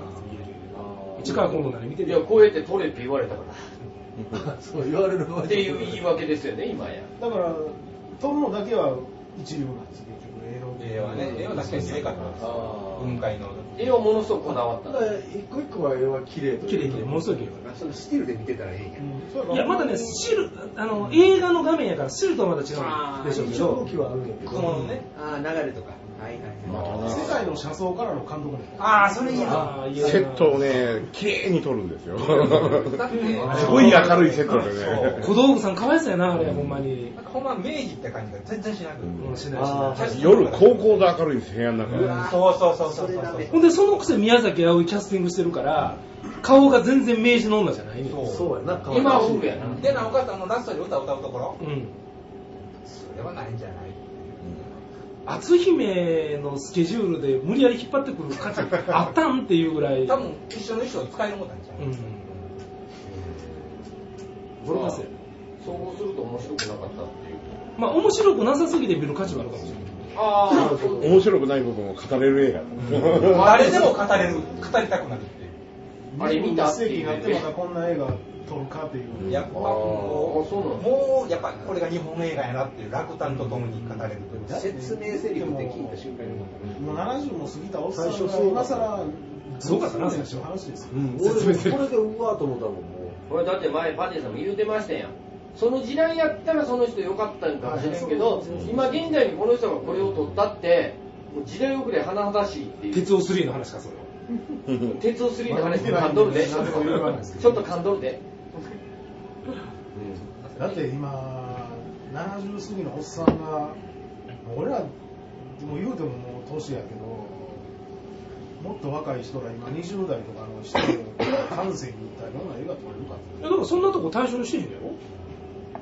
Speaker 2: 市川今度何見て
Speaker 3: い
Speaker 2: る
Speaker 3: やこうやって撮れって言われたから
Speaker 5: そう言われるま
Speaker 3: っていう言い訳ですよね今や
Speaker 10: だから、撮るのだけは一流なんです、結局、映
Speaker 6: あ絵はね絵は確かに綺麗かったです
Speaker 5: あー
Speaker 6: 雲海の
Speaker 3: 絵をものすごくこだわったの
Speaker 5: 一個一個は絵は綺麗と
Speaker 2: 綺麗綺麗、ものすごい綺
Speaker 7: そのスティルで見てたらええんや。
Speaker 2: 麗。いや、まだね、シル、あの、映画の画面やから、シルとはまた違うんでしょうけど、
Speaker 5: 一応動きはあるんやけど
Speaker 6: 雲のね
Speaker 7: ああ、流れとか。はいはい
Speaker 10: 世界の車窓からの監督
Speaker 6: ああそれいいな
Speaker 2: ああ、いや
Speaker 9: セットをね、綺麗に撮るんですよ。
Speaker 7: だっ
Speaker 9: す
Speaker 7: て、
Speaker 9: ごい明るいセットでね。
Speaker 2: 小道具さんかわいそうやな、あれ、ほんまに。
Speaker 6: なんかほんま明治って感じが全然しなく
Speaker 2: もうしないし
Speaker 5: あ
Speaker 2: な
Speaker 5: ー
Speaker 9: 夜、高校で明るいんです、部屋の中で。
Speaker 6: そうそうそうそう
Speaker 7: それダメ
Speaker 2: い。ほんで、そのくせ宮崎葵キャスティングしてるから、顔が全然明治の女じゃないねん
Speaker 6: そう
Speaker 5: そうやな、可愛い
Speaker 3: 今は僕やな
Speaker 6: でなおかつあのラストで歌を歌うところ
Speaker 2: うん。
Speaker 6: それはないんじゃない
Speaker 2: 篤姫のスケジュールで無理やり引っ張ってくる価値あったんっていうぐらい。
Speaker 6: 多分一緒の衣装使えるもんなんじゃない、
Speaker 2: うん。ボロカスや。
Speaker 3: そうすると面白くなかったっていう
Speaker 2: まあ、面白くなさすぎて見る価値はあるかもしれない。
Speaker 3: ああそう
Speaker 9: 面白くない部分を語れる映画。
Speaker 6: 誰でも語れる語りたくなるっていう
Speaker 3: あれ見た
Speaker 10: 21世紀になってまたこんな映画撮るかっていう。
Speaker 6: やっぱもう
Speaker 3: あーそうなの
Speaker 6: もうやっぱこれが日本映画やなっていう落胆とともに語れるという
Speaker 7: 説明セリフって聞いた瞬間に。
Speaker 10: もう70も過ぎたおっさんが今更、
Speaker 2: すごかったな
Speaker 10: そういう話ですよ。
Speaker 5: うん俺、これでうわーと思ったもん、も
Speaker 3: これだって前パティさんも言うてましたやんその時代やったらその人良かったんかもしれんけど今現在にこの人がこれを取ったってもう時代遅れ甚だしいっていう
Speaker 2: 鉄オ3の話か、それは。
Speaker 3: 鉄を3の話で噛んどるでちょっと噛んどるで
Speaker 10: う。だって今、70過ぎのおっさんが、俺ら、もう言うてももう年やけど、ももっと若い人ら今20代とかの人を感性に似たような映画撮れるかって
Speaker 2: え、でもそんなとこ対象にしてへんやろ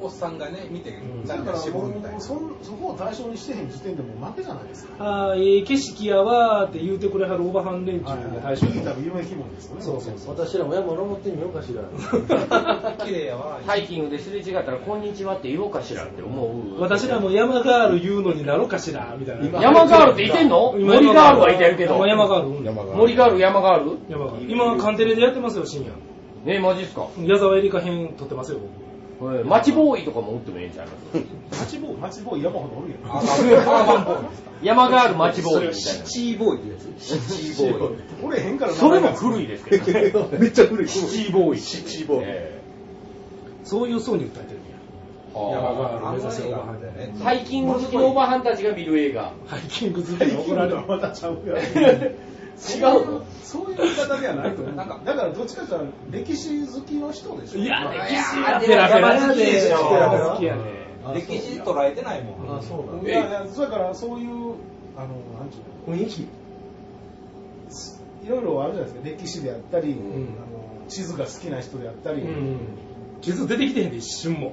Speaker 6: おっさんがね、見て、
Speaker 10: だ
Speaker 6: なん
Speaker 10: か
Speaker 6: から絞るみたいな。
Speaker 10: そんそこを対象にしてへん時点でもう負けじゃないですか。
Speaker 2: ああ、ええ景色やわーって言うてくれはるオーバーハン連中が対象
Speaker 10: い
Speaker 2: や
Speaker 10: た
Speaker 2: ろ。
Speaker 10: 夢規模ですよね。
Speaker 5: そうそうそう。私ら親も登ってみようかしら。
Speaker 6: 綺麗やわ。
Speaker 3: ハイキングですれ違ったら、こんにちはって言おうかしらって思う。
Speaker 2: 私らも山ガール言うのになろうかしら、みたいな。
Speaker 3: 山ガールっていてんの
Speaker 2: 今
Speaker 3: 森ガールはいてるけど。
Speaker 2: 今山ガールおんねん。
Speaker 9: 山が。
Speaker 3: 森ガール、山ガール
Speaker 2: 山ガール。今、カンテレでやってますよ、深夜。
Speaker 3: ねえ、マジっすか。
Speaker 2: 矢沢エリカ編撮ってますよ、僕。
Speaker 3: マチボーイとかも打ってもええんちゃいます
Speaker 10: マチボーイ、マチボーイ山ほどおるやん。
Speaker 6: アーバンボーイですか。
Speaker 3: 山ガール、マチボーイみたいな。
Speaker 7: チーボーイってやつシチーボーイ。
Speaker 10: 俺へんから
Speaker 3: それも古いですけどね。
Speaker 7: めっちゃ古い。
Speaker 3: シチーボーイ。
Speaker 7: シチーボーイ
Speaker 3: え
Speaker 2: そういう層に訴えてるんや。
Speaker 3: えは
Speaker 2: 山ガール目指せオーバーハンで。
Speaker 3: あハイキング好きオーバーハンたちが見る映画。
Speaker 2: ハイキング好きに怒られる。
Speaker 10: またちゃうやん。
Speaker 3: 違うの
Speaker 10: そういう言い方ではないと思う。なんか、だからどっちかっていうと歴史好きの人でしょ。
Speaker 2: いや、歴史
Speaker 3: いや
Speaker 2: はペラペラやで。
Speaker 6: でしょ
Speaker 2: ペラペラ好きやね。
Speaker 6: 歴史捉えてないもん。
Speaker 5: あ、そうなん
Speaker 10: いやいや、だからそういう、あの、なんちゅうの、
Speaker 5: 雰囲気
Speaker 10: いろいろあるじゃないですか。歴史であったり、
Speaker 2: ん
Speaker 10: あの地図が好きな人であったり。
Speaker 2: うん。傷出てきてへんで、一瞬も。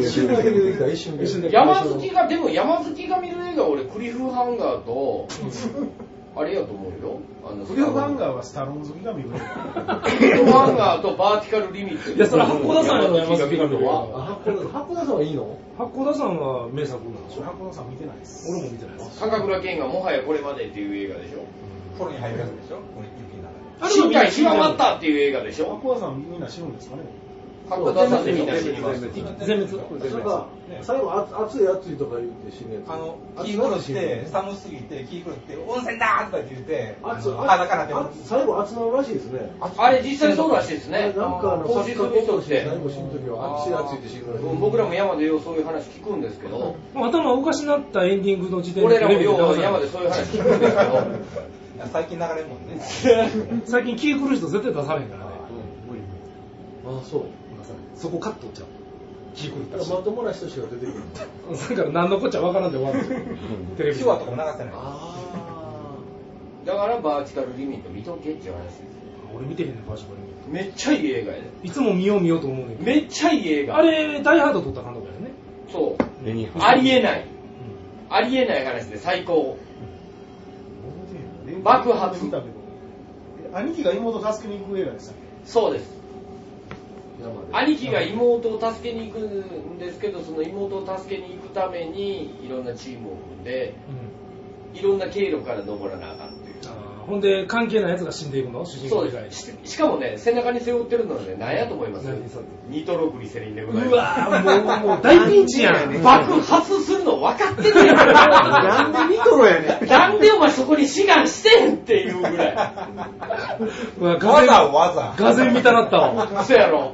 Speaker 5: 一瞬だけ出てきた、一瞬で。
Speaker 3: 山好きが、でも山好きが見る映画、俺、クリフハンガーと、あれやと思うよ。あの
Speaker 10: クリフハン
Speaker 3: ー。
Speaker 10: ガーはスタローン好きが見る。
Speaker 3: クリフハンガーとバーティカルリミット。
Speaker 2: いや、それ八甲田山やろ、山
Speaker 3: 山
Speaker 2: 好き
Speaker 3: 好き
Speaker 2: が
Speaker 3: が見
Speaker 2: 見
Speaker 3: る
Speaker 2: る
Speaker 3: の
Speaker 2: わ
Speaker 3: は。
Speaker 5: あ、こ れ、八甲田さんはいいの
Speaker 2: 八甲田山は名作なんでしょ
Speaker 10: 白箱さん見てないです。
Speaker 2: 俺も見てないです。
Speaker 3: 高倉健がもはやこれまでっていう映画でしょ。
Speaker 6: これに入るやつでしょこれ雪の中で。
Speaker 3: 死んだ極まったっていう映画でし
Speaker 10: 白
Speaker 3: ょ。
Speaker 10: 箱さんみんな知るんですかね。
Speaker 3: 角田さんでみんな死にます。
Speaker 2: 全滅
Speaker 5: なんか、最後、あ熱い熱いとか言って死ぬやつ。
Speaker 6: あの、キークルって、寒すぎて、キークルって、温泉だーとか言って、
Speaker 5: 熱、
Speaker 6: 裸なってます
Speaker 5: 熱、最後、熱なるらしいですね。
Speaker 3: あれ実際そうらしいです
Speaker 5: な
Speaker 3: ね。
Speaker 5: んかあの、
Speaker 3: 当日の人っ
Speaker 5: 最
Speaker 3: て。
Speaker 5: 後死ぬ時は、熱い熱いって死ぬらしい。
Speaker 3: 僕らも山でようそういう話聞くんですけど、
Speaker 2: 頭おかしなったエンディングの時点で
Speaker 3: 俺
Speaker 2: テ
Speaker 3: ら
Speaker 2: レ
Speaker 3: も
Speaker 2: ビで
Speaker 3: よ
Speaker 2: 流
Speaker 3: う
Speaker 2: さ
Speaker 3: 山
Speaker 2: れ
Speaker 3: で
Speaker 2: る
Speaker 3: そういう話聞くんですけど、
Speaker 6: いや最近流れるもんね。
Speaker 2: 最近気狂る人絶対出されへんからね。
Speaker 5: あ、そう。
Speaker 2: そこカットちゃう。気狂った
Speaker 5: だか
Speaker 2: し。
Speaker 5: らまともな人しか出てくる。
Speaker 2: だから何のこっちゃわからんで終わる。テレビで。
Speaker 6: 手話とかも流せない。
Speaker 5: あ
Speaker 3: だからバーチカルリミット見とけっていう話ですよ。
Speaker 2: 俺見てへんねん、バージョン。
Speaker 3: めっちゃいい映画やで。
Speaker 2: いつも見よう見ようと思うねんけ
Speaker 3: めっちゃいい映
Speaker 2: ど。
Speaker 3: 画。
Speaker 2: あれ、ダイハード撮った監督やね。
Speaker 3: そう。
Speaker 9: 絵に入る
Speaker 3: ありえない。ありえない話で最高。爆発
Speaker 10: 見たけど兄貴が妹を助けに行く映画でしたっけ
Speaker 3: そうです。
Speaker 5: あ。
Speaker 3: 兄貴が妹を助けに行くんですけど、その妹を助けに行くために、いろんなチームを組んで、いろんな経路から登らなあかんっていう。
Speaker 2: あーほんで、関係ない奴が死んでいくの主人
Speaker 3: そ
Speaker 2: 公
Speaker 3: う
Speaker 2: 以外
Speaker 3: で
Speaker 2: に。
Speaker 3: すししかもね背中に背負ってるのはね何やと思います
Speaker 2: 何それ
Speaker 3: ニトログリセリンでございうま
Speaker 2: わーもう、もう大ピンチや
Speaker 3: す
Speaker 2: ん。
Speaker 3: 爆発するの分かってるや
Speaker 7: なんんでニトロやねん。
Speaker 3: なんでお前そこに志願してんっていうぐら
Speaker 2: うわ、
Speaker 6: わ
Speaker 2: ガゼ
Speaker 6: ざ
Speaker 2: ン、
Speaker 6: わざ。
Speaker 2: ガゼン見たなったわ。
Speaker 3: いそうやろ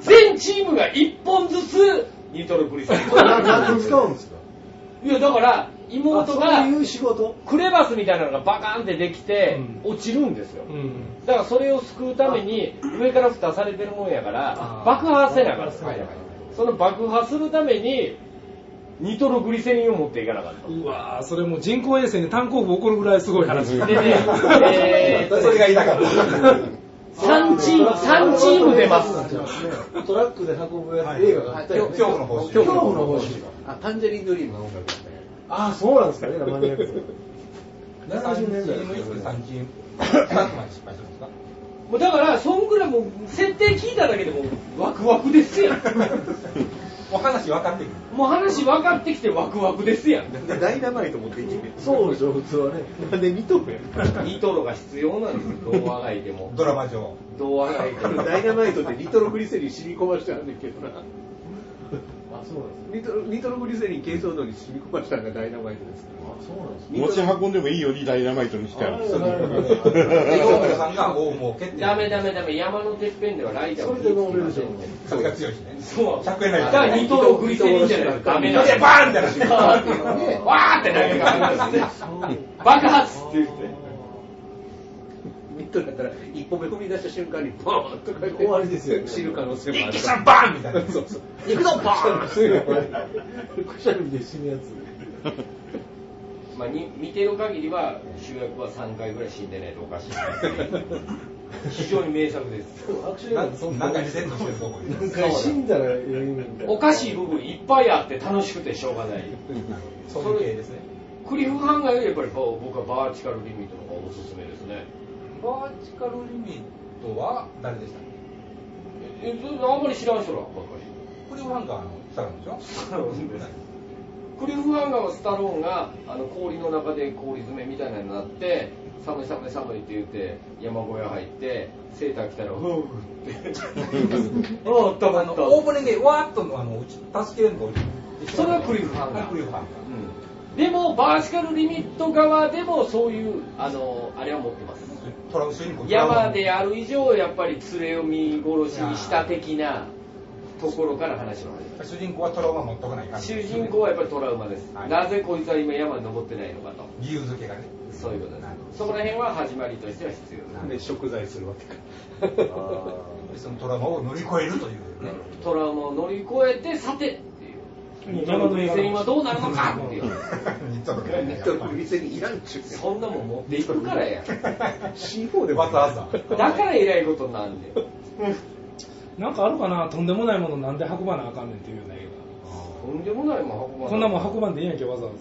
Speaker 3: 全チームが1本ずつニトログリセリン
Speaker 5: な何に使うんですか
Speaker 3: いやだから妹
Speaker 5: あそ
Speaker 3: が
Speaker 5: ういう仕事
Speaker 3: クレバスみたいなのがバカーンってできて落ちるんですよ
Speaker 2: うん。
Speaker 3: だからそれを救うために上から蓋されてるもんやから爆破せなあかんその爆破するためにニトログリセリンを持っていかなかった
Speaker 2: うわーそれもう人工衛星に炭鉱部起こるぐらいすごい話。
Speaker 3: でね、え
Speaker 6: それが痛かった。
Speaker 3: 3チーム3チーム出ます
Speaker 5: トラックで運ぶやつ映画があったよね
Speaker 6: 恐怖の報酬。
Speaker 5: 恐怖の方針
Speaker 7: あ、タンジェリンドリームの音楽だったよ。
Speaker 5: ああそうなんで すかねマニアック70年代
Speaker 6: チームいつ3チーム。3チーム失敗してますか
Speaker 3: もうだからそんぐらいもう設定聞いただけでもうワクワクですやん
Speaker 6: お話分かってくる。
Speaker 3: もう話分かってきてワクワクですやん
Speaker 7: なんでダイナマイト持っていけんねん
Speaker 5: そうでしょ普通はね
Speaker 7: なんでニトロやね
Speaker 3: ニトロが必要なんですよどうあがいても
Speaker 6: ドラマ上。
Speaker 3: どうあがいても
Speaker 7: ん。ダイナマイトってニトログリセリン染み込ましてあんねんけどな。
Speaker 5: あそうなんで
Speaker 7: ニ
Speaker 5: す
Speaker 7: トロニトログリセリン軽装度に染み込ましたのがダイナマイトですか
Speaker 5: あそうなんです
Speaker 9: 持ち運んでもいいようにダイナマイトにしてある。
Speaker 5: あなるほど
Speaker 6: で、京都さんが大儲けって。
Speaker 3: ダメダメダメ山のてっぺんではライター
Speaker 5: そ
Speaker 3: を
Speaker 5: れで飲めるでしょ
Speaker 6: 風が強いしね。
Speaker 3: そう。
Speaker 6: 100円ライ
Speaker 3: だ
Speaker 6: ター
Speaker 3: から二等食いせんじゃないとダメな
Speaker 6: で、バーンって話して
Speaker 3: ーン わーって投げかけた爆発って言って。
Speaker 7: ニトロだったら、一歩目踏み出した瞬間にボーンとか言って
Speaker 5: 終わりですよね
Speaker 7: 死ぬ可能性もある。
Speaker 6: さんバーンみたいな。
Speaker 7: そうそう。
Speaker 3: 行くぞ、バーン
Speaker 5: そういうのこれくしゃみで死ぬやつ
Speaker 3: まあ、に見てる限りは主役は3回ぐらい死んでないとおかしい 非常に名作です
Speaker 5: アクション映画ってそんな
Speaker 6: 何回リセットしてるぞこれ
Speaker 5: 何回死んだらええみたいな
Speaker 3: おかしい部分いっぱいあって楽しくてしょうがない
Speaker 6: 尊敬ですね
Speaker 3: クリフハンガーよりやっぱりこう僕はバーチカルリミットの方がおすすめですね
Speaker 6: バーチカルリミットは誰でしたっけ
Speaker 3: ええそれあんまり知らん人らばっかり
Speaker 6: クリフハンガーの下なんでしょ
Speaker 3: スタローンですクリフハンガーはスタローンがあの氷の中で氷詰めみたいなのになって寒い寒い寒いって言って山小屋入ってセーター着たらふう っておっと
Speaker 6: あ
Speaker 3: っ
Speaker 6: の
Speaker 3: と
Speaker 6: オープニングでわーっとあのうち助けるのが
Speaker 3: それはクリフハンガー
Speaker 6: クリフハン
Speaker 3: うんでもバーチカルリミット側でもそういうあのあれは持ってます
Speaker 6: ガートラウスインコ
Speaker 3: 山である以上やっぱり連れを見殺しにした的なところから話を始めた
Speaker 6: 主人公はトラウマ持っとかない感じ
Speaker 3: 主人公はやっぱりトラウマです、
Speaker 6: はい
Speaker 3: なぜこいつは今山に登ってないのかと
Speaker 6: 理由付けがね
Speaker 3: そういうことです
Speaker 6: なるほ
Speaker 3: そこら辺は始まりとしては必要な
Speaker 11: で、食材するわけか。
Speaker 6: ど でそのトラウマを乗り越えるというね
Speaker 3: トラウマを乗り越えてさてっていう
Speaker 2: 山の映画
Speaker 3: 店員はどうなるのかっていう
Speaker 6: ニットの ねやっぱり
Speaker 3: 店にいらんっちゅうそんなもん持っていくから や
Speaker 6: C4 でわざわざ
Speaker 3: だから偉いことになんで
Speaker 2: なんかあるかなとんでもないものなんで運ばなあかんねんっていうような映
Speaker 3: とんでもないもん運
Speaker 2: 画
Speaker 3: ばい
Speaker 2: こんなもん運ばんでいいやんけわざわざ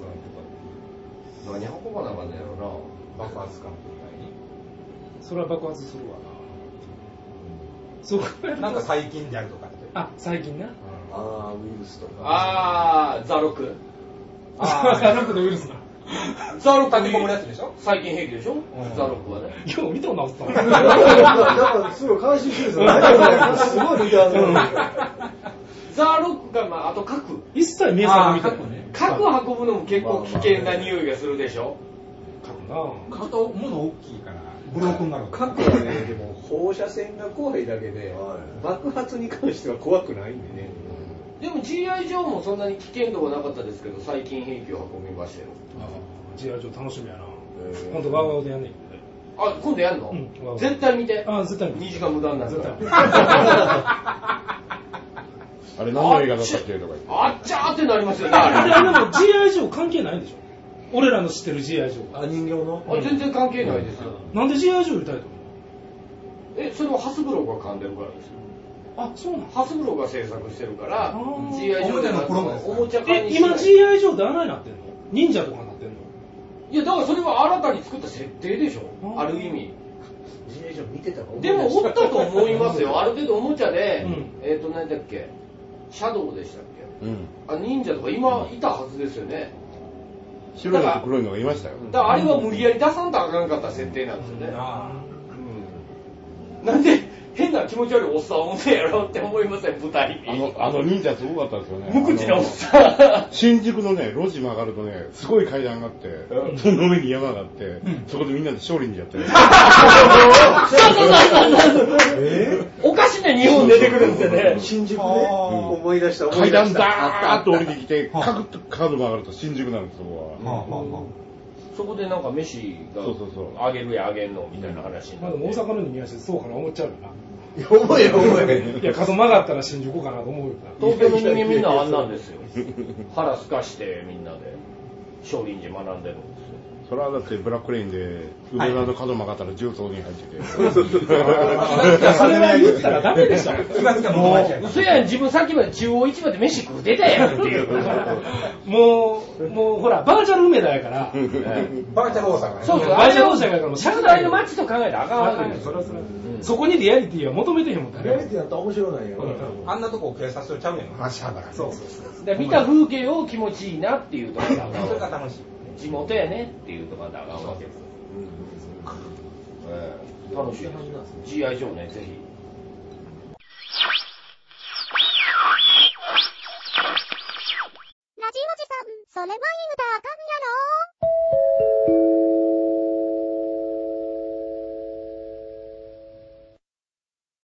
Speaker 2: とか
Speaker 3: 何運ばなあかんねやろ
Speaker 6: 爆発感みたいに
Speaker 2: それは爆発するわなそこから
Speaker 6: なんか細菌であるとかって。
Speaker 2: あ最近な
Speaker 5: ああウイルスとか
Speaker 3: なああザロク
Speaker 2: ああ楽でウイルスな
Speaker 3: ザロク
Speaker 6: 立てこもるやつでしょ
Speaker 3: 最近兵器でしょ、
Speaker 6: ん
Speaker 3: ザロクはね
Speaker 2: よう見たなおっさん
Speaker 5: なんかすごい感心してるんで すよ。なんかすごい見てある
Speaker 3: ザロクが、まあ、あと核
Speaker 2: 一切見えさないみたい
Speaker 6: あー過去ね
Speaker 3: 核を運ぶのも結構危険な匂いがするでしょ
Speaker 2: 過去な
Speaker 6: ちょっと物大きいから、ブロークになる。
Speaker 11: 過去はね、でも放射線が怖いだけで、爆発に関しては怖くないんでね。
Speaker 3: でも GI 上もそんなに危険度がなかったですけど最近兵器を運びましたよ
Speaker 2: ああ GI 上楽しみやな今度ワウワウでやんねんけどね
Speaker 3: あ今度やるの、
Speaker 2: うんわかる
Speaker 3: 絶対見て
Speaker 2: あ絶対見る
Speaker 3: 2時間無駄になるから
Speaker 2: 絶
Speaker 9: あれ何の映画だったっけとか言って。
Speaker 3: あっちゃーってなりますよね
Speaker 2: あ
Speaker 3: あ
Speaker 2: れ
Speaker 3: れ
Speaker 2: でも GI 上関係ないでしょ俺らの知ってる GI 上
Speaker 5: あ人形の
Speaker 3: あ全然関係ないですよ、
Speaker 2: なんで GI 上売りたいと思う
Speaker 3: えそれはハスブローが噛んでるからですよ
Speaker 2: あそうなの
Speaker 3: ハスブローが制作してるから
Speaker 2: あー
Speaker 3: GI 上でなんかおもちゃ化
Speaker 2: え
Speaker 3: にし
Speaker 2: 今
Speaker 3: ない
Speaker 2: GI 上ってあんなになってんの忍者とかになってんの
Speaker 3: いやだからそれは新たに作った設定でし
Speaker 2: うん
Speaker 3: ょある意味
Speaker 5: 自転車見てたか
Speaker 3: でもおったと思います よある程度おもちゃで、
Speaker 2: うん
Speaker 3: えっ、と何だっけシャドウでしたっ
Speaker 9: うん。
Speaker 3: けあ忍者とか今いたはずですよね
Speaker 9: 白いのと黒いのがいましたよ。
Speaker 3: だからあれは無理やり出さんとあかんかった設定なんですよね、
Speaker 6: あ
Speaker 3: なんで変な気持ち悪いおっさんおんねやろって思いません舞台に
Speaker 9: あの、あの忍者すごかったですよね。
Speaker 3: 無口なおっ
Speaker 9: あ
Speaker 3: さ
Speaker 9: の新宿のね、路地曲がるとね、すごい階段があって、その上に山があって、そこでみんなで勝利にやってる。
Speaker 3: んそうそうそうそうそう、おかしな日本出てくるんですよね
Speaker 5: 新宿ね
Speaker 6: ー
Speaker 5: 思い出した思い
Speaker 9: 階
Speaker 5: 出
Speaker 9: 段
Speaker 5: した
Speaker 9: ダーッと降りてきて、
Speaker 6: あった
Speaker 9: カクッとカード曲がると新宿なんです、そこ
Speaker 6: まあまあまあ。
Speaker 3: そこでなんか飯が
Speaker 9: そうそうそう
Speaker 3: あげるやあげんのみたいな話に
Speaker 2: ま
Speaker 3: な
Speaker 2: あ
Speaker 3: っ
Speaker 2: で
Speaker 3: て
Speaker 2: も大阪の人間やしそうかな思っちゃうよな
Speaker 5: 思え思え
Speaker 2: いや角曲がったら新宿かなと 思うよな
Speaker 3: 東京の人間みんなあんなんですよ腹すかしてみんなで少林寺学んでるんですよ
Speaker 9: は。それはだってブラックレインで、梅田の角曲がったら重曹に入ってて。
Speaker 2: いやそれは言ったらダメで しょ
Speaker 6: 気がついたらもう間違えた
Speaker 3: 嘘やん自分さっきまで中央市場で飯食うてたやんっていう
Speaker 2: もうもうほらバーチャル梅田やから
Speaker 6: バーチャル大阪ね。
Speaker 3: そうそう
Speaker 2: バーチャル大阪やからもう
Speaker 3: 社会の街と考えたらあかんわけです
Speaker 2: そ
Speaker 3: よ
Speaker 2: らそらそこにリアリティは求めてへんもん
Speaker 5: リア
Speaker 2: 誰も
Speaker 5: リティだったら面白ないよ、
Speaker 6: あんなとこを警察署ちゃうやん話しはだから。そうそうそう。
Speaker 3: で見た風景を気持ちいいなっていうところだ
Speaker 6: それが楽しい。
Speaker 3: 地元やねっていうところだあかんわけですよええ楽しいですよ GI 上ねぜひ
Speaker 12: ラジオジさん、それは言うたらあかんやろ